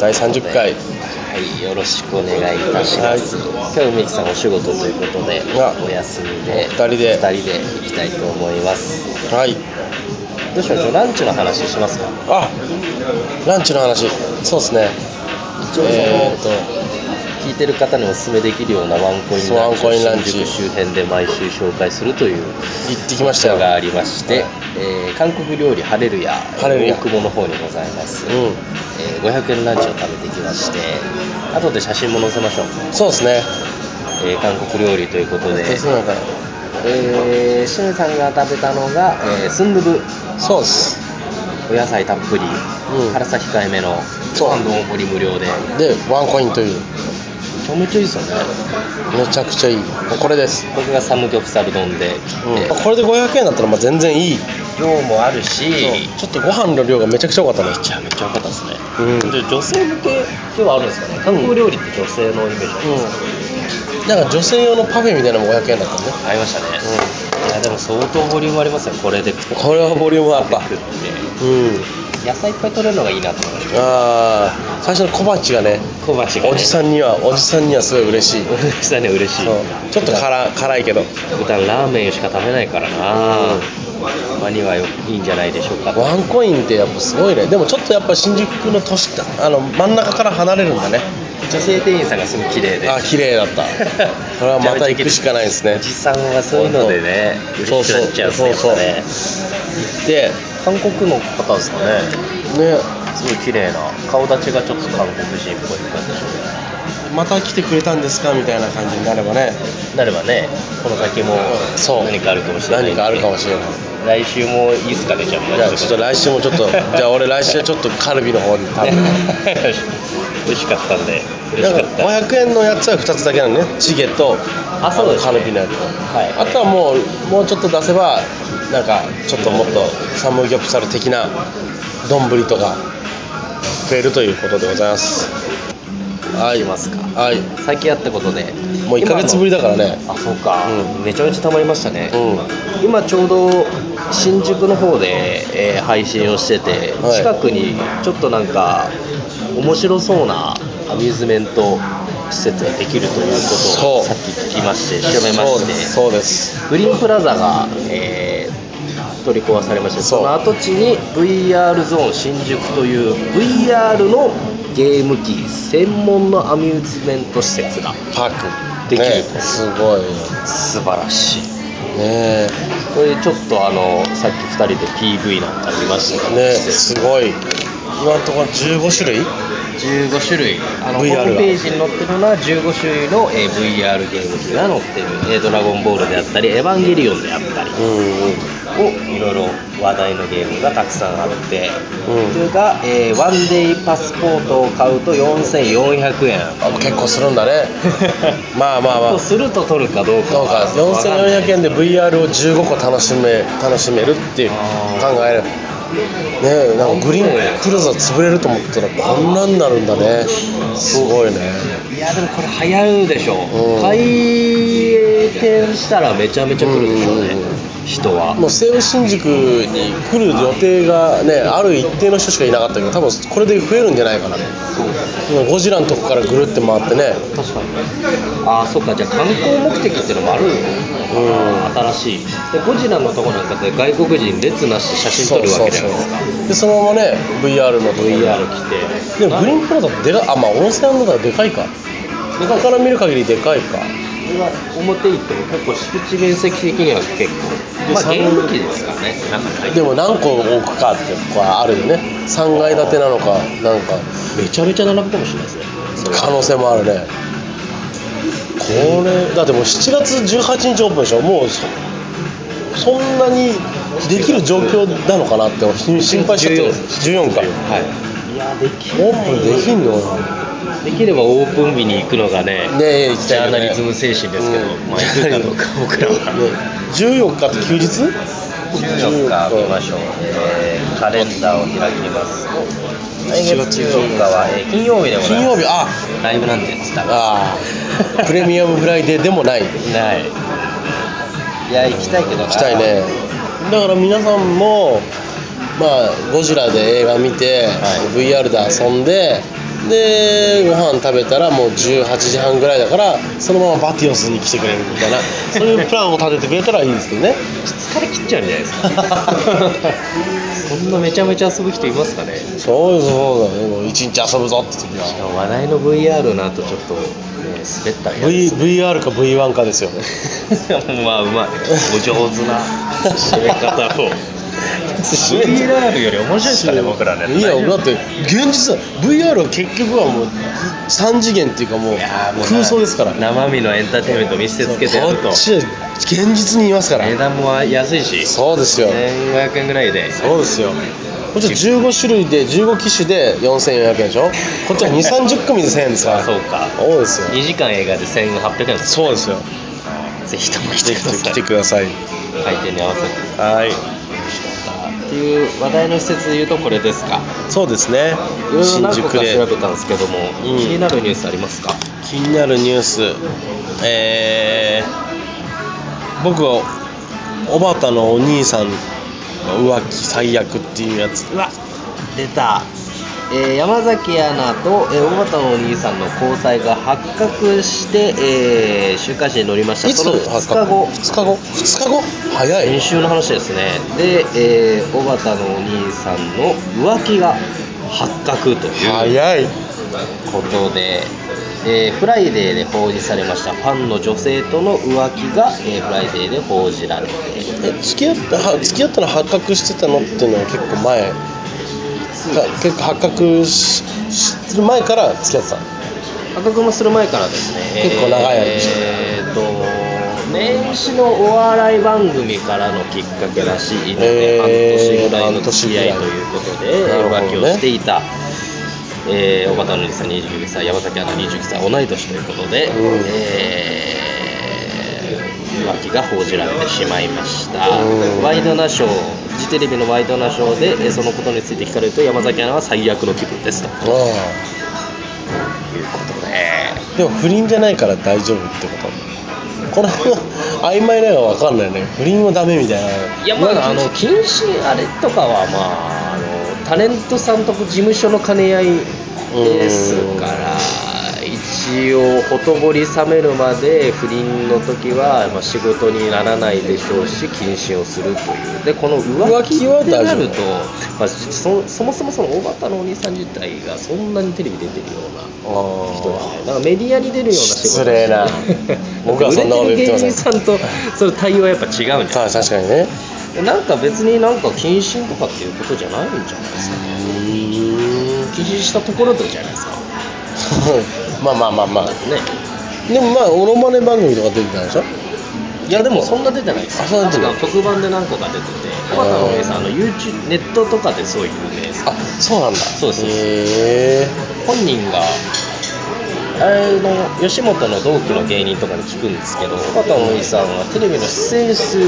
第30回はい、よろしくお願いいたします。は今日梅木さんお仕事ということでわ、お休みで、二人で二人で行きたいと思います。はいどうしましょう、ランチの話しますかあランチの話そうですね一応その、えー聞いてる方にお勧めできるようなワンコインそうランワンコインチをラン新チ宿周辺で毎週紹介するとい行うってきましたのよがありましはて、いえー韓国料理ハレルヤ、ハレルヤ大久保の方にございます、えうー500円ランチを食べてきまして、後で写真も載せましょう。んそうですねえー韓国料理ということで、そうなんかえー、シムさんが食べたのが、えースンドゥブそうっすお野菜たっぷり、ん辛さ控えめのそうご飯大盛り無料ででワンコインというめちゃめちゃいいですよねめちゃくちゃいいこれです、僕がサムギョプサル丼で来うんて、これで500円だったらまあ全然いい量もあるしちょっとご飯の量がめちゃくちゃ多かったねめちゃめちゃ良かったですね、うんで女性向けではあるんですかね韓国料理って女性のイメージありますか、うんなんか女性用のパフェみたいなのも500円だったねありましたね、いやでも相当ボリュームありますよこれで食ってこれはボリュームあった食ってうん野菜いっぱい取れるのがいいなと思いましああ最初の小鉢がねた小鉢が、ね、おじさんにはおじさんにはすごい嬉しいおじさんには嬉しいそうちょっと辛辛いけど普段ラーメンしか食べないからな、マニはよいいんじゃないでしょうかワンコインってやっぱすごいねでもちょっとやっぱ新宿の都市あの真ん中から離れるんだね女性店員さんがすごい綺麗であ綺麗だった これはまた行くしかないですねおじさんはそういうのでねそ嬉うしそうくなっちゃうんですねやっそうそうぱねで韓国の方ですかねねすごい綺麗な顔立ちがちょっと韓国人っぽい感じまた来てくれたんですかみたいな感じになればねなればねこの先もそう何かあるかもしれないん何でかあるかもしれない来週もいいですかねじゃあじゃあちょっと来週もちょっ とじゃあ俺来 週はちょっとカルビの方に多 分美味しかったんで嬉なしんかかった500円のやつは2つだけなのねチゲとあそうですねあのカルビのやつはいあとはもうもうちょっと出せばなんかちょっともっとサムギョプサル的な丼とか食えるということでございますはいいきますかはい最近あったことでもう1ヶ月ぶりだからねあそうか、うめちゃめちゃ溜まりましたね、うん今ちょうど新宿の方で、えー配信をしてて、はい近くにちょっとなんか面白そうなアミューズメント施設ができるということそうをさっき聞きまして調べまそうですしてそうですグリーンプラザが、えー取り壊されましてそうその跡地に VR ゾーン新宿という VR のゲーム機専門のアミューズメント施設がパークできるねすごいよ素晴らしいねこれちょっとあのさっき2人で PV なんか見ましたけえど、ねえすごい今のところ15種類15種類あの VR がホームページに載ってるのは15種類の、えー VR ゲーム機が載ってる「えードラゴンボール」であったり「エヴァンゲリオン」であったりうんをいろいろ話題のゲームがたくさんあって、うんそれが、えーワンデイパスポートを買うと4400円 あ結構するんだ ねまあまあまあとすると取るかどうかそうか4400円で VR を15個楽しめ楽しめるっていう考あえるねえなんかグリーンプラザ潰れると思ったらこんなになるんだねすごいねいやでもこれ流行るでしょ、うん開店したらめちゃめちゃ来るでしょうね、うんうんうん人はもう西武新宿に来る予定がねある一定の人しかいなかったけど多分これで増えるんじゃないかなゴジラのとこからぐるって回ってね確かにああそっかじゃあ観光目的っていうのもあるのうん新しいでゴジラのとこなんかで外国人列なして写真撮るわけじゃないですかでそのままね VR のとこ VR 来てでもグリーンプラザってでかあまあ温泉あるんだからでかいかでかいから見る限りでかいかこれは表行っても結構敷地面積的には結構まあ三ゲーム機ですからね中に入っでても何個置くかってこれあるよね3階建てなのかなんかめちゃめちゃ並ぶかもしれないですねそれは可能性もあるねこれだってもう7月18日オープンでしょもうそそんなにできる状況なのかなって心心配しちゃって14かはいいやできオープンできんのできればオープン日に行くのがねねえ行きジたャいーよねナリズム精神ですけど、うんまあ 行くかどうか僕らは、ね14日って休日14日見ましょう、えーカレンダーを開きます来月14日は、えー金曜日でござ金い曜ます日あライブなんでつったがああプレミアムフライデーでも ないないいや行きたいけど行きたいねだから皆さんもまあゴジラで映画見て、は VR で遊んででご飯食べたらもう18時半ぐらいだからそのままバティオスに来てくれるみたいなそういうプランを立ててくれたらいいですけどね疲れ切っちゃうんじゃないですか そんなめちゃめちゃ遊ぶ人いますかねそうですそうだねもう一日遊ぶぞって時は話題の VR の後ちょっと、ね、滑ったり v VR か V1 かですよ まあうまいお上手な締め方を VR より面白いですかね僕らねいやだって現実だ VR は結局はもう3次元っていうかもうやーもうな空想ですからこ生身のエンターテインメント見せてつけてやるとっちは現実にいますから値段も安いしそうですよ1500円ぐらいでそうですよこっちは15種類で15機種で4400円でしょこっちは2 3 0組で1000円ですからそうかそうですよ2時間映画で1800円ですそうですよぜひとも来ぜてひくださ来いてください回転に合わせてはいっていう話題の施設で言うとこれですかそうですねいろいろ新何個宿かで調べたんですけども、うん気になるニュースありますか気になるニュースえー、僕はおばたのお兄さんの浮気最悪っていうやつうわ出た、えー山崎アナと、えー、小畑のお兄さんの交際が発覚して、えー週刊誌に載りましたいつその2日後2日後2日後早い先週の話ですねで、えー、小畑のお兄さんの浮気が発覚という早いことで、えーフライデーで報じされましたファンの女性との浮気が、えーフライデーで報じられてえ付き合ったは付き合ったの発覚してたのっていうのは結構前か結構発覚ししする前から付き合ってた発覚もする前からですね結構長い間でしたえー、と年始のお笑い番組からのきっかけらしいので、えー半年ぐらいの付き合いということで、なるほどね浮気をしていた、えー、小畑のりさん29歳山崎アナ29歳同い年ということで、うんえー浮気が報じられてしまいました、うんワイドナショーフジテレビのワイドナショーで、えーそのことについて聞かれると山崎アナは最悪の気分ですとああいうことで。でも不倫じゃないから大丈夫ってことこの辺は曖昧なのが分かんないね不倫はダメみたいないいやまああの禁止あれとかはまああのタレントさんと事務所の兼ね合いですから一応ほとぼり冷めるまで不倫の時は、まあ、仕事にならないでしょうし禁止をするというでこの浮気浮気はって大な丈夫ると、まあ、そそもそもその大畑のお兄さん自体がそんなにテレビ出てるような人ですねなんかメディアに出るような仕事失礼な僕はそんなこと言ってません売れてる芸人さんとその対応はやっぱ違うんじゃないですかああ確かにねなんか別になんか謹慎とかっていうことじゃないんじゃないですかう謹慎したところでじゃないですかねーんまあまあまあまあでもまあオロマネ番組とか出てたんでしょいやでもそんな出てないですあそんな出てないんか特番で何個か出てて小畑のお姉さんあの YouTube ネットとかでそういう有名ですあそうなんだそうですそうですへえ本人があれの吉本の同期の芸人とかに聞くんですけど小畑のお兄さんはテレビの出演数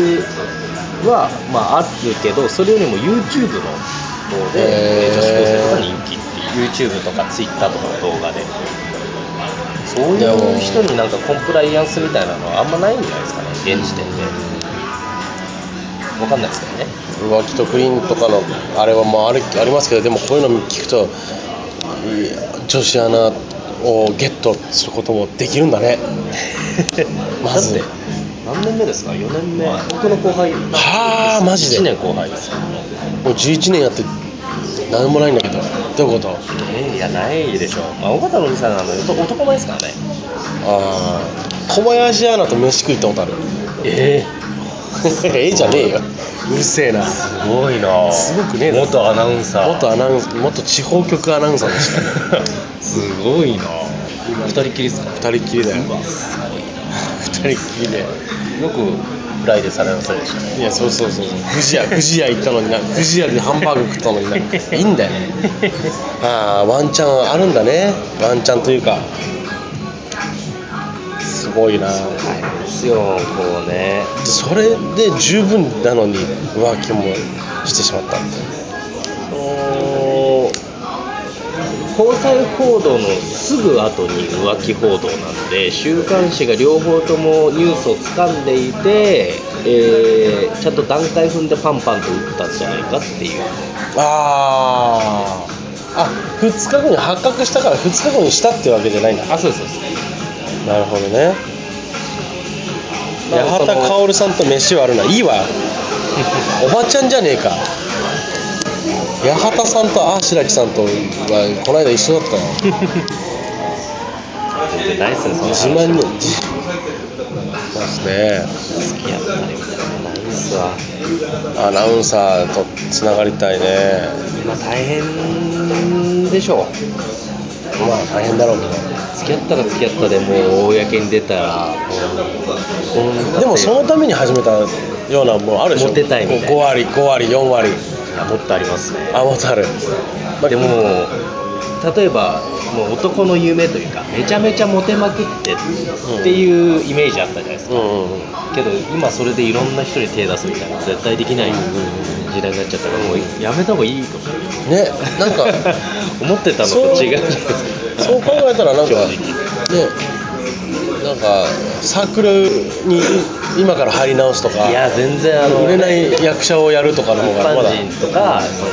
はまああるけどそれよりも YouTube の方でへー女子高生とかに人気っていう YouTube とか Twitter とかの動画でそういう人になんかコンプライアンスみたいなのはあんまないんじゃないですかね現時点で分かんないですけどね浮気と不倫とかのあれはまああるありますけどでもこういうの聞くといや女子アナをゲットすることもできるんだねまずだって何年目ですか4年目僕の後輩はあマジで1年後輩ですよもう11年やって何もないんだけどどういうことえーいやないでしょ、まあ、尾形のおじさんなの男男前ですからねああ小林アナと飯食い行ったことある えええじゃねえようるせえなえすごいなすごくねえな元アナウンサー元アナウン元地方局アナウンサーでした すごいな二人きりですか二人っきりだようわすごいな二人っきりでよくフライデーされませんでしたねいやそうそうそうそう藤屋藤屋行ったのにな藤屋でハンバーグ食ったの にないいんだよああワンチャンあるんだねワンチャンというかすごいなはいですよこうねそれで十分なのに浮気もしてしまったお交際報道のすぐ後に浮気報道なので週刊誌が両方ともニュースを掴んでいて、えーちゃんと段階踏んでパンパンと打ったんじゃないかっていうああ2日後に発覚したから2日後にしたってわけじゃないんだあそうですそうですなるほどねまあ八幡薫さんと飯はあるないいわ おばちゃんじゃねえか八幡さんとあ白木さんとはこの間一緒だったよ出てないっすねその自話慢の自そうですね好きやったりないっすわアナウンサーとつながりたいねまあ大変でしょうまあ大変だろうけど付き合ったら付き合ったでもう公に出たらもうでもそのために始めたようなもんあるでしょモテたいみたいな5割5割4割あもっとありますねあもっとあるでも例えばもう男の夢というかめちゃめちゃモテまくってっていうイメージあったじゃないですうか、んうんうんけど今それでいろんな人に手出すみたいな絶対できない時代になっちゃったからもうやめた方がいいとかねなんか 思ってたのと違うじゃないですかそう考えたらなんか正ね直なんかサークルに今から入り直すとかいや全然あの売れない役者をやるとかの方一がま般だ人とかそ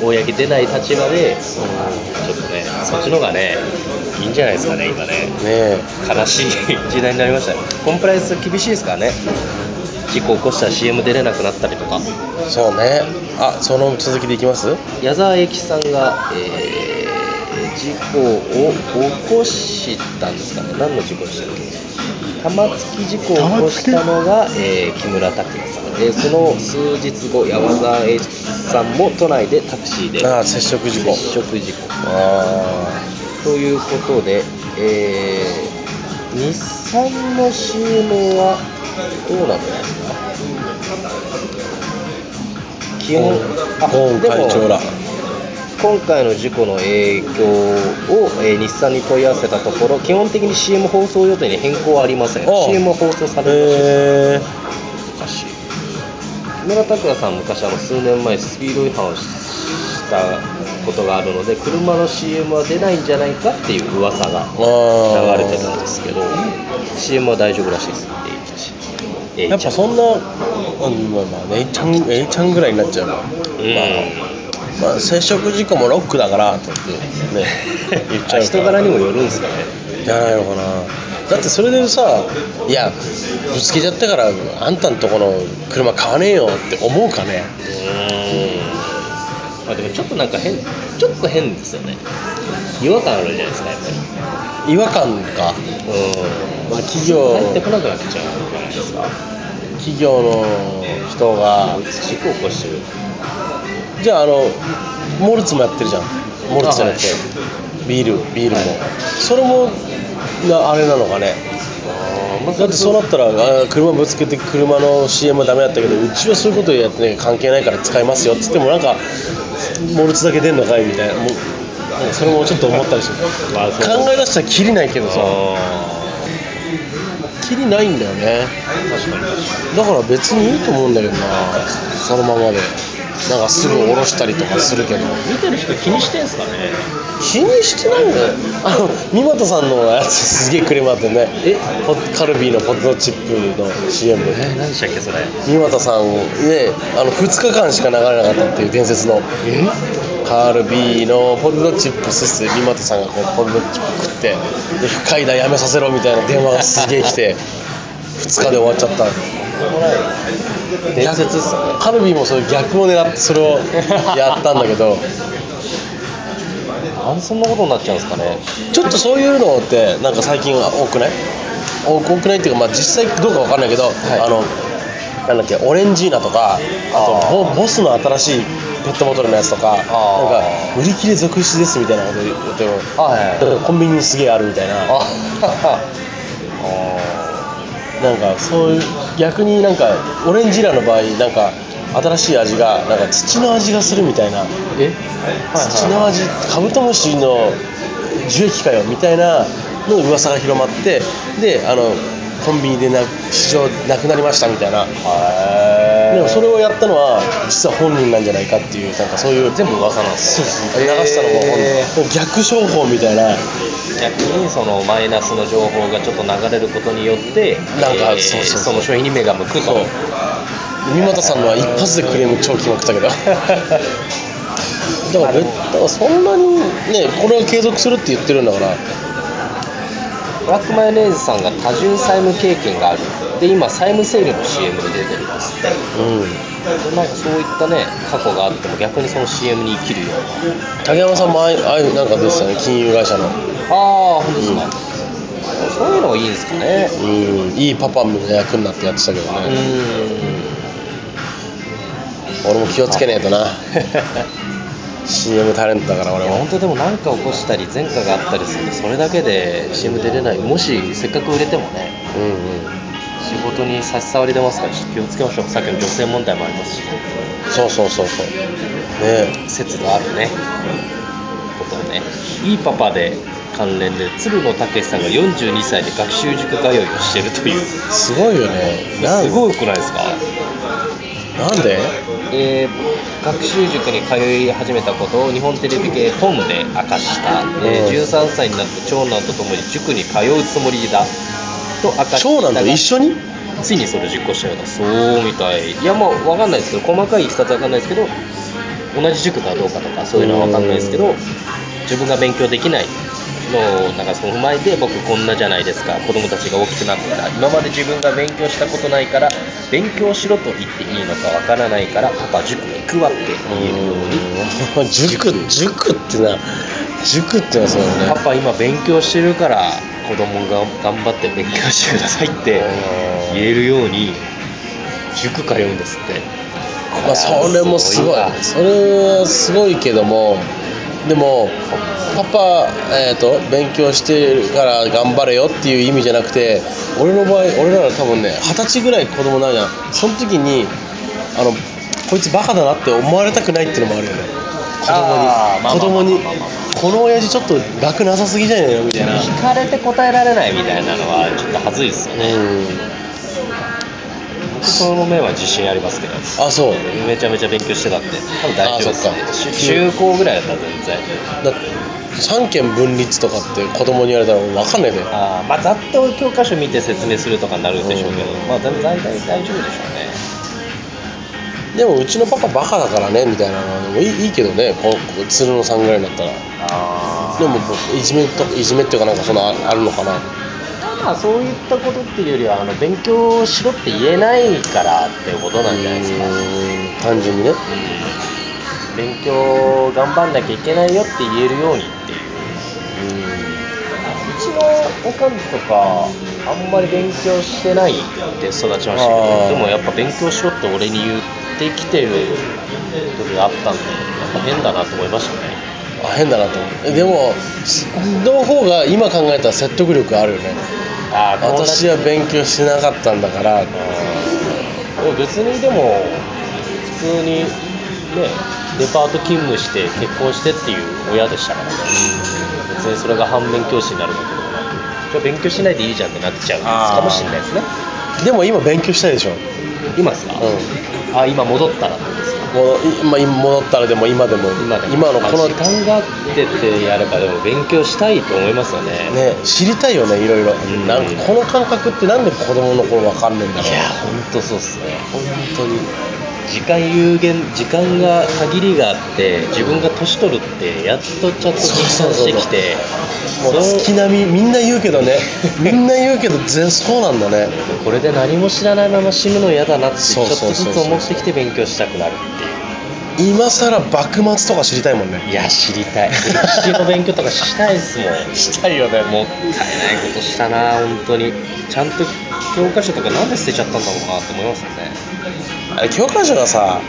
の公に出ない立場でちょっとねそっちの方がねいいんじゃないですかね今ねね悲しい時代になりましたねコンプライアンス厳しいですからね事故起こしたら CM 出れなくなったりとかそうねあその続きでいきます矢沢永吉さんが、えー事故を起こしたんですかね何の事故でしたっけ玉突き事故を起こしたのが、えー木村拓哉さんでその数日後矢沢永吉さんも都内でタクシーでああ接触事故接触事故あということで、えー日産の CM はどうなんですか基本ああゴーンでも会長ら今回の事故の影響を、えー日産に問い合わせたところ基本的に CM 放送予定に変更はありませんああ CM は放送されるらしいですへえ昔木村拓哉さん昔あの数年前スピード違反をしたことがあるので車の CM は出ないんじゃないかっていう噂がああ流れてたんですけど CM は大丈夫らしいですってやっぱそんな、うん、まあまあ、ね、A ちゃん、A ちゃんぐらいになっちゃうから、まあ、接触事故もロックだから、と って、ね、言っちゃう人から柄にもよるんですかねじゃないのかな。だってそれでさ、いや、ぶつけちゃったから、あんたんとこの車買わねえよって思うかね。まあでもちょっとなんか変ちょっと変ですよね違和感あるじゃないですかやっぱり違和感か。うんまあ企業入ってこなくなっちゃうじゃないですか企業の人がこい、つ事故起こしてるじゃあ、あの、モルツもやってるじゃん。モルツじゃなくてあは、ビール、ビールも。はいそれも、なあれなのかね。だってそうなったらあー車ぶつけて車の CM はダメだったけどうちはそういうことやってね関係ないから使いますよっつってもなんかモルツだけ出んのかいみたいなもうなんかそれもちょっと思ったりしてまあそう考え出したらキリないけどさキリないんだよね確かにだから別にいいと思うんだけどなそのままでなんかすぐ下ろしたりとかするけど見てる人気にしてんすかね気にしてないんだよあの三又さんのやつすげえクレームあってねえホカルビーのポテトチップの CM ねえ何でしたっけそれ三股さんねあの2日間しか流れなかったっていう伝説のえカール B のポテトチップスス三股さんがこうポテトチップ食ってで不快だやめさせろみたいな電話がすげえ来て2日で終わっちゃった 伝説っすよねカルビーもそういう逆を狙ってそれをやったんだけどなんでそんなことになっちゃうんですかねちょっとそういうのってなんか最近は多くない多多くないっていうか、まあ、実際どうかわかんないけど、いあのなんだっけオレンジーナとかああーとボボスの新しいペットボトルのやつとかなんーか売り切れ続出ですみたいなこと言ってもはいなんかコンビニにすげえあるみたいなああ なんかそういう逆になんかオレンジーナの場合なんか新しい味がなんか土の味がするみたいなえはい土の味カブトムシの樹液かよみたいなの噂が広まってであのコンビニでな市場なくなりましたみたいなはいでもそれをやったのは実は本人なんじゃないかっていうなんかそういう全部噂なんですそうねそう流したのも本人へもう逆商法みたいな逆にそのマイナスの情報がちょっと流れることによってなんかえーそうそうそうその商品に目が向くと そう三股さんのは一発でクレーム超きまくったけどだからべだからそんなにねこれを継続するって言ってるんだからブラックマヨネーズさんが多重債務経験があるで今債務整理の CM に出てるんですってうんなんかそういったね過去があっても逆にその CM に生きるような竹山さんもああいうああいうなんか出てたね金融会社のああ本当ですか、うんそういうのがいいんですかねうんいいパパみたいな役になってやってたけどうね、ん俺も気をつけねえとな CM タレントだからい俺やも本当でも何か起こしたり前科があったりするとそれだけで CM 出れないもしせっかく売れてもねうんうん仕事に差し障り出ますからちょっと気をつけましょうさっきの女性問題もありますしそうそうそうそうね節度あるねことをねいいパパで関連で鶴野武さんが42歳で学習塾通いをしてるというえすごいよねなんすごくないですかなんでえー学習塾に通い始めたことを日本テレビ系トムで明かした、うんえー13歳になった長男と共に塾に通うつもりだと明かして長い男たとが一緒についにそれを実行したようだそうみたいいやまあ分かんないですけど細かいいきさつは分かんないですけど同じ塾かどうかとかそういうのは分かんないですけど自分が勉強できないのをなんかその踏まえて僕こんなじゃないですか子供たちが大きくなってた今まで自分が勉強したことないから勉強しろと言っていいのか分からないからパパ塾行くわって言えるようにうん 塾塾ってな塾ってのはそうだよパねパ今勉強してるから子供が頑張って勉強してくださいってうん言えるように塾通うんですってまあ、それもすごいわそれはすごいけどもでもパパ、えー、と勉強してるから頑張れよっていう意味じゃなくて俺の場合俺らは多分ね二十歳ぐらい子供なんやその時にあのこいつバカだなって思われたくないっていうのもあるよねあーまあ子供に子まあまあまあまあ供にこの親父ちょっと楽なさすぎじゃねえのみたいな聞かれて答えられないみたいなのはちょっとはずいですよねうん僕その面は自信ありますけどあそうめちゃめちゃ勉強してたって多分大丈夫あでそっかす、ね、中高ぐらいだったら全然だ三権分立とかって子供に言われたら分かんないであーまあざっと教科書見て説明するとかになるでしょうけど、うんまあだ大体大丈夫でしょうねでもうちのパパバカだからねみたいなのはでもいいいいけどねこう鶴野さんぐらいになったらであももういじめといじめっていうかなんかそのああるのかなまあそういったことっていうよりはあの勉強しろって言えないからっていうことなんじゃないですか、うーん単純にねうん勉強頑張んなきゃいけないよって言えるようにっていううちのおかんとかあんまり勉強してないって育ちましたけあーどでもやっぱ勉強しろって俺に言ってきてる時があったんでやっぱ変だなと思いましたねあ変だなと思うえでもすの方が今考えたら説得力あるよねああ私は勉強しなかったんだから俺別にでも普通にねデパート勤務して結婚してっていう親でしたからね別にそれが反面教師になるわけでもなくじゃあ勉強しないでいいじゃんってなっちゃうあーかもしれないですねでも今勉強したいでしょ今ですか、あ今戻ったらですかもういまあ今戻ったらでも今でも今でものこまのあ時間が出てやればでも勉強したいと思いますよねね知りたいよねいろいろんなんかこの感覚ってなんで子供の頃わかんねえんだろういや本当そうっすね本当に時間有限時間が限りがあって自分が年取るってやっとちゃんと実感してきてもう月並みみんな言うけど ねみんな言うけど全そうなんだねそうこれで何も知らないまま死ぬの嫌だなってちそょうっとそうそうそうずつ思ってきて勉強したくなる今さら幕末とか知りたいもんねいや知りたい歴史の勉強とかしたいっすもんしたいよねもったいないことしたな本当にちゃんと教科書とかなんで捨てちゃったんだろうなって思いますよねあれ教科書がさ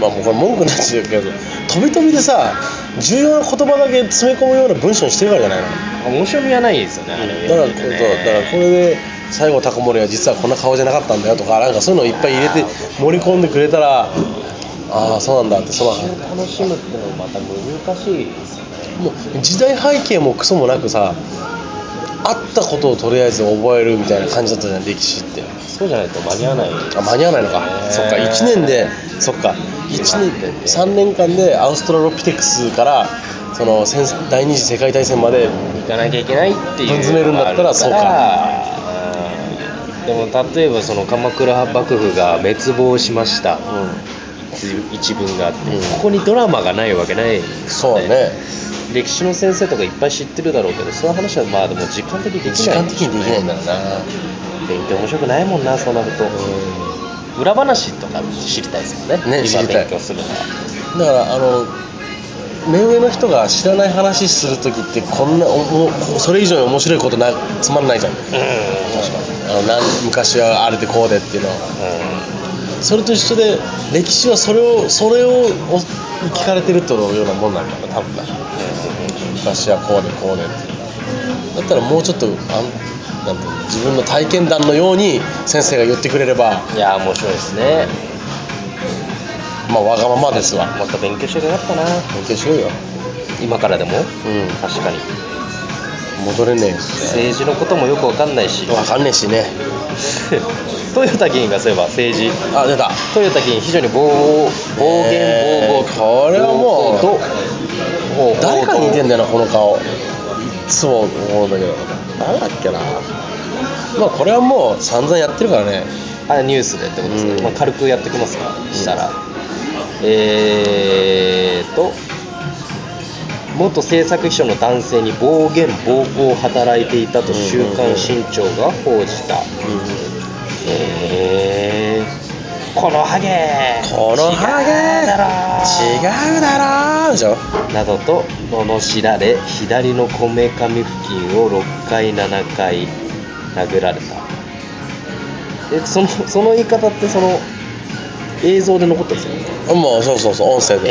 まあもうこれ文句なしだけど飛び飛びでさ重要な言葉だけ詰め込むような文章にしてるからじゃないの面白みはないですよねあれだからこうだからこれで西郷隆盛は実はこんな顔じゃなかったんだよとかなんかそういうのをいっぱい入れて盛り込んでくれたらああそうなんだってそうなんだ楽しむってのもまた難しいですよねもう時代背景もクソもなくさあったことをとりあえず覚えるみたいな感じだったじゃん歴史ってそうじゃないと間に合わないあ間に合わないのかねそっか1年でそっか一年3年間でアウストラロピテクスからその戦第二次世界大戦まで行かなきゃいけないっていうぶん詰めるんだったらそうかうんでも例えばその鎌倉幕府が滅亡しました、一一文があって、うんここにドラマがないわけないそうだね歴史の先生とかいっぱい知ってるだろうけどそういう話はまあでも時間的にでき時ない間的にできないんだろうな勉強面白くないもんなそうなると、裏話とか知りたいですよねね今知りたい勉強するのだはからあの目上の人が知らない話するときってこんなおもそれ以上に面白いことなつまんないじゃんうんあのなん昔はあれでこうでっていうのはそれと一緒で歴史はそれをそれをお聞かれてるってようなもんなんだから多分な昔はこうでこうでっていうだったらもうちょっとあんなんていうの自分の体験談のように先生が言ってくれればいやー面白いですねまあわがままですわもっと勉強してよかったな勉強しろよ今からでもう確かにん戻れねえし政治のこともよくわかんないしわかんねえしね豊田議員がそういえば政治あ出た豊田議員非常に暴暴言暴ねえ語これはもううと誰かに似てんのだよなこの顔いつも思うんだけど誰だっけなまあこれはもう散々やってるからねあれニュースでってことですね、うんまあ、軽くやっときますかしたら、えーと元政策秘書の男性に暴言暴行を働いていたと「週刊新潮」が報じた、えーこのハゲこのハゲ違うだ違ろうだろうでしょなどと罵られ左のこめかみ付近を6回7回殴られたでそのその言い方ってその映像で残ってるんですよねもうそうそうそう音声で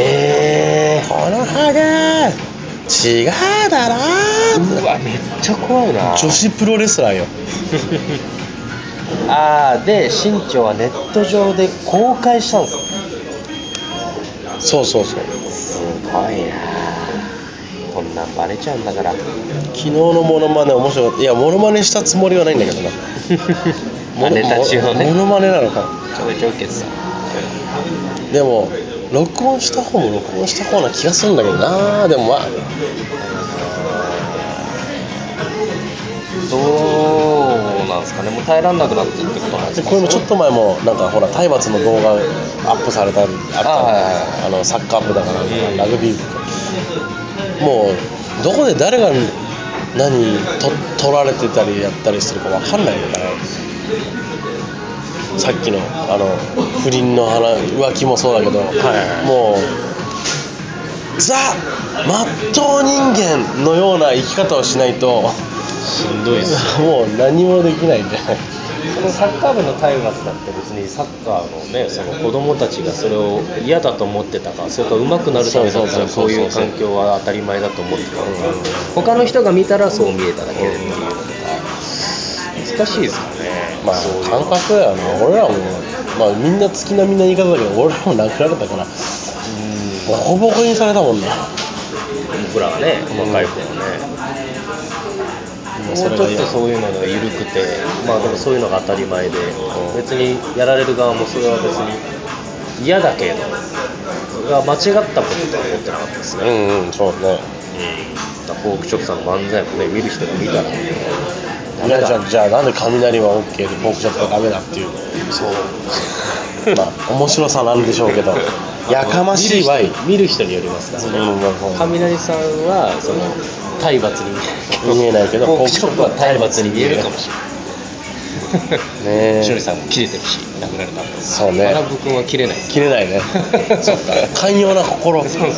えこのハゲ違うだろうわめっちゃ怖い女な子プロレスラーよああで新潮はネット上で公開したんですよそうそうそうすごいなこんなんバレちゃうんだから昨日のモノマネ面白かったいやモノマネしたつもりはないんだけどな あネタ中のねモノマネなのかなちょめちょ受けてたでも録音した方も録音した方な気がするんだけどなでもまあどうなんですかねもう耐えられなくなってるってことなんですでかこれもちょっと前もなんかほら体罰の動画アップされたあったあはいはいあのサッカー部だからうんラグビー部かもうどこで誰が何と取られてたりやったりするか分かんないのかなさっきのあの不倫の話浮気もそうだけど、はいもうザ・まっとう人間のような生き方をしないとしんどいですもう何もできないんじゃないそのサッカー部の体罰だって別にサッカーのねその子供たちがそれを嫌だと思ってたかそれと上手くなるためだったらそこうそうそうそうういう環境は当たり前だと思ってたのか他の人が見たらそう見えただけでっていうのが難しいですかねまあそういう感覚だよね俺らもまあみんな月並みな言い方だけど俺らも殴られたからボコボコにされたもんなうん僕らはね若い子はね、ももううそちょっれとが嫌そういうのが緩くて、まあでもそういうのが当たり前で、別にやられる側もそれは別に嫌だけれど、それは間違ったこととは思ってなかったですね。うんうんそうねだからフォークショップさんの漫才もね、見る人が見たら、いやじゃあじゃあなんで雷は OK でフォークショップはダメだっ ていうそうまあ面白さなんでしょうけどやかましいわいうん見る人によりますからね。まあそう雷さんはその体罰に見見ええない けどフォークショップは体罰に見えるかもしれない。ねしおりえさんも切れてるし、殴られたんです。そうね学君は切れないです。切れないね そっか寛容な心そうそう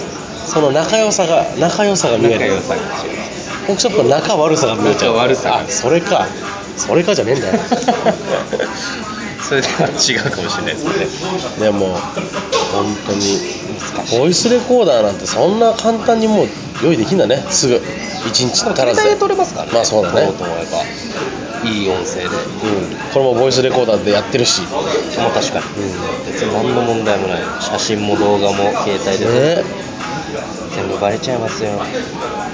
その仲良さが仲良さが見えるさいかもしれない。フォークショップは仲悪さが見えちゃう仲悪さがあそれかそれかじゃねえんだよ それでは違うかもしれないですね。でも本当にボイスレコーダーなんてそんな簡単にもう用意できんだねすぐ1日足らずで、うん、これますからねまあそうだね撮ろうと思えば、いい音声で。れもボイスレコーダーでやってるし、まあ確かに。う別に何の問題もない。写真も動画も携帯でん、も、ね全部バレちゃいますよ。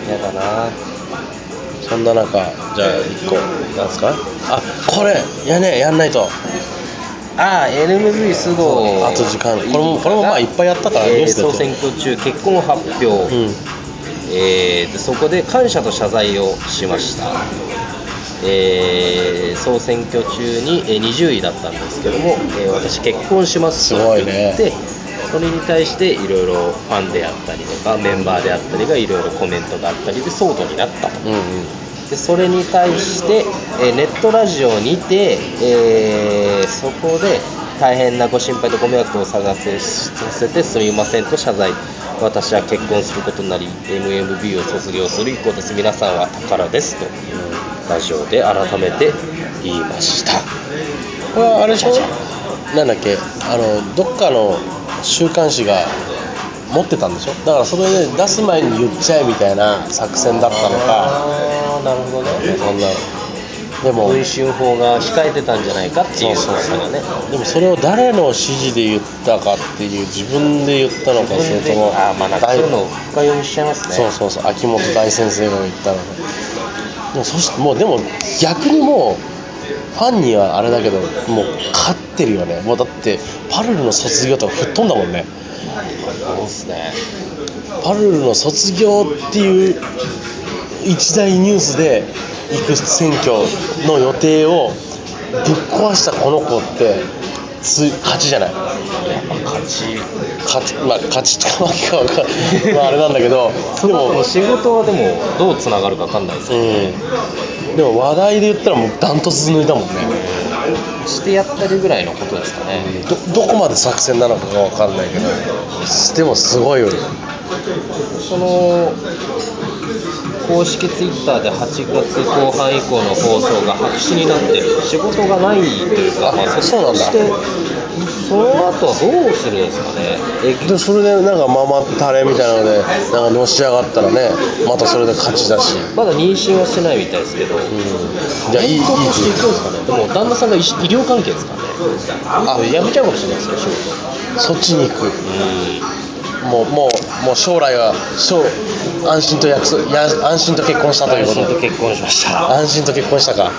嫌だな。そんな中じゃあ1個なんすかあこれやねやんないとああ、NMV 須藤。あと時間これもこれもまあいっぱいやったからニュえーースで総選挙中結婚を発表。うんえーでそこで感謝と謝罪をしました、えー総選挙中にえー20位だったんですけども、えー私結婚しますすごとい言ねって、それに対していろいろファンであったりとかメンバーであったりがいろいろコメントがあったりで騒動になったとうんうんでそれに対して、えーネットラジオにて、えーそこで大変なご心配とご迷惑をお探せさせてすみませんと謝罪私は結婚することになり MMB を卒業する以降です皆さんは宝ですとラジオで改めて言いましたこれはあれでしょなんだっけあのどっかの週刊誌が持ってたんでしょだからそれで出す前に言っちゃえみたいな作戦だったのかああなるほどねそんなでも文春法が控えてたんじゃないかっていうそうそうそう噂がねでもそれを誰の指示で言ったかっていう自分で言ったのかそれともあーまあなんかそういうのを深読みしちゃいますねそうそうそう秋元大先生が言ったのでもそしてもうでも逆にもうファンにはあれだけどもう勝ってるよねもうだってパルルの卒業とか吹っ飛んだもんねそうですねパルルの卒業っていう一大ニュースで行く選挙の予定をぶっ壊したこの子ってつ勝ちじゃないやっぱ勝ち勝ち,、まあ、勝ちか負けか分かんないまああれなんだけどでももう仕事はでもどうつながるか分かんないですようんでも話題で言ったらもうダントツ抜いたもんねしてやったりぐらいのことですかね、どどこまで作戦なのかが分かんないけどでもすごいよねその公式ツイッターで8月後半以降の放送が白紙になってる仕事がないというか、あまあ、そうなんだしてその後はどうするんですかねえでそれでなんかママタレみたいなのでなんかのし上がったらねまたそれで勝ちだし、まだ妊娠はしてないみたいですけど、う本ん、じ当ゃあいいいいとしていくんですかねでも旦那さんが医師医療関係ですからねあやめちゃうかもしれないですよ仕事そっちに行くうんもうもうもう将来は将安心と約束や安心と結婚したというこ安心とと結婚しました安心と結婚したか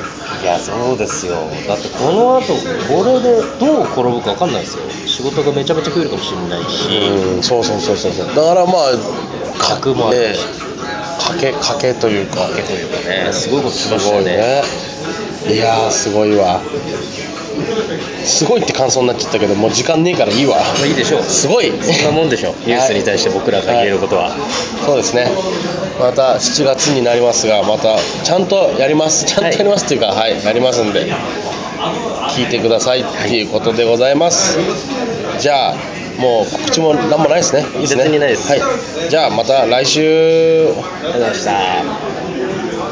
いやそうですよだってこの後これでどう転ぶか分かんないですよ仕事がめちゃめちゃ増えるかもしれないし、うんそうそうそうそうそうだからまあ格もあねるし賭け賭けというかというかねすごいことしすましたごよいねねいやーすごいわすごいって感想になっちゃったけどもう時間ねえからいいわまあいいでしょうすごいそんなもんでしょニュースに対して僕らが言えることは、そうですねまた7月になりますがまたちゃんとやりますちゃんとやりますっていうかはい、やりますんで聞いてくださいっていうことでございます、じゃあもう告知も何もないですねいいですね別にないですはい、じゃあまた来週ありがとうございました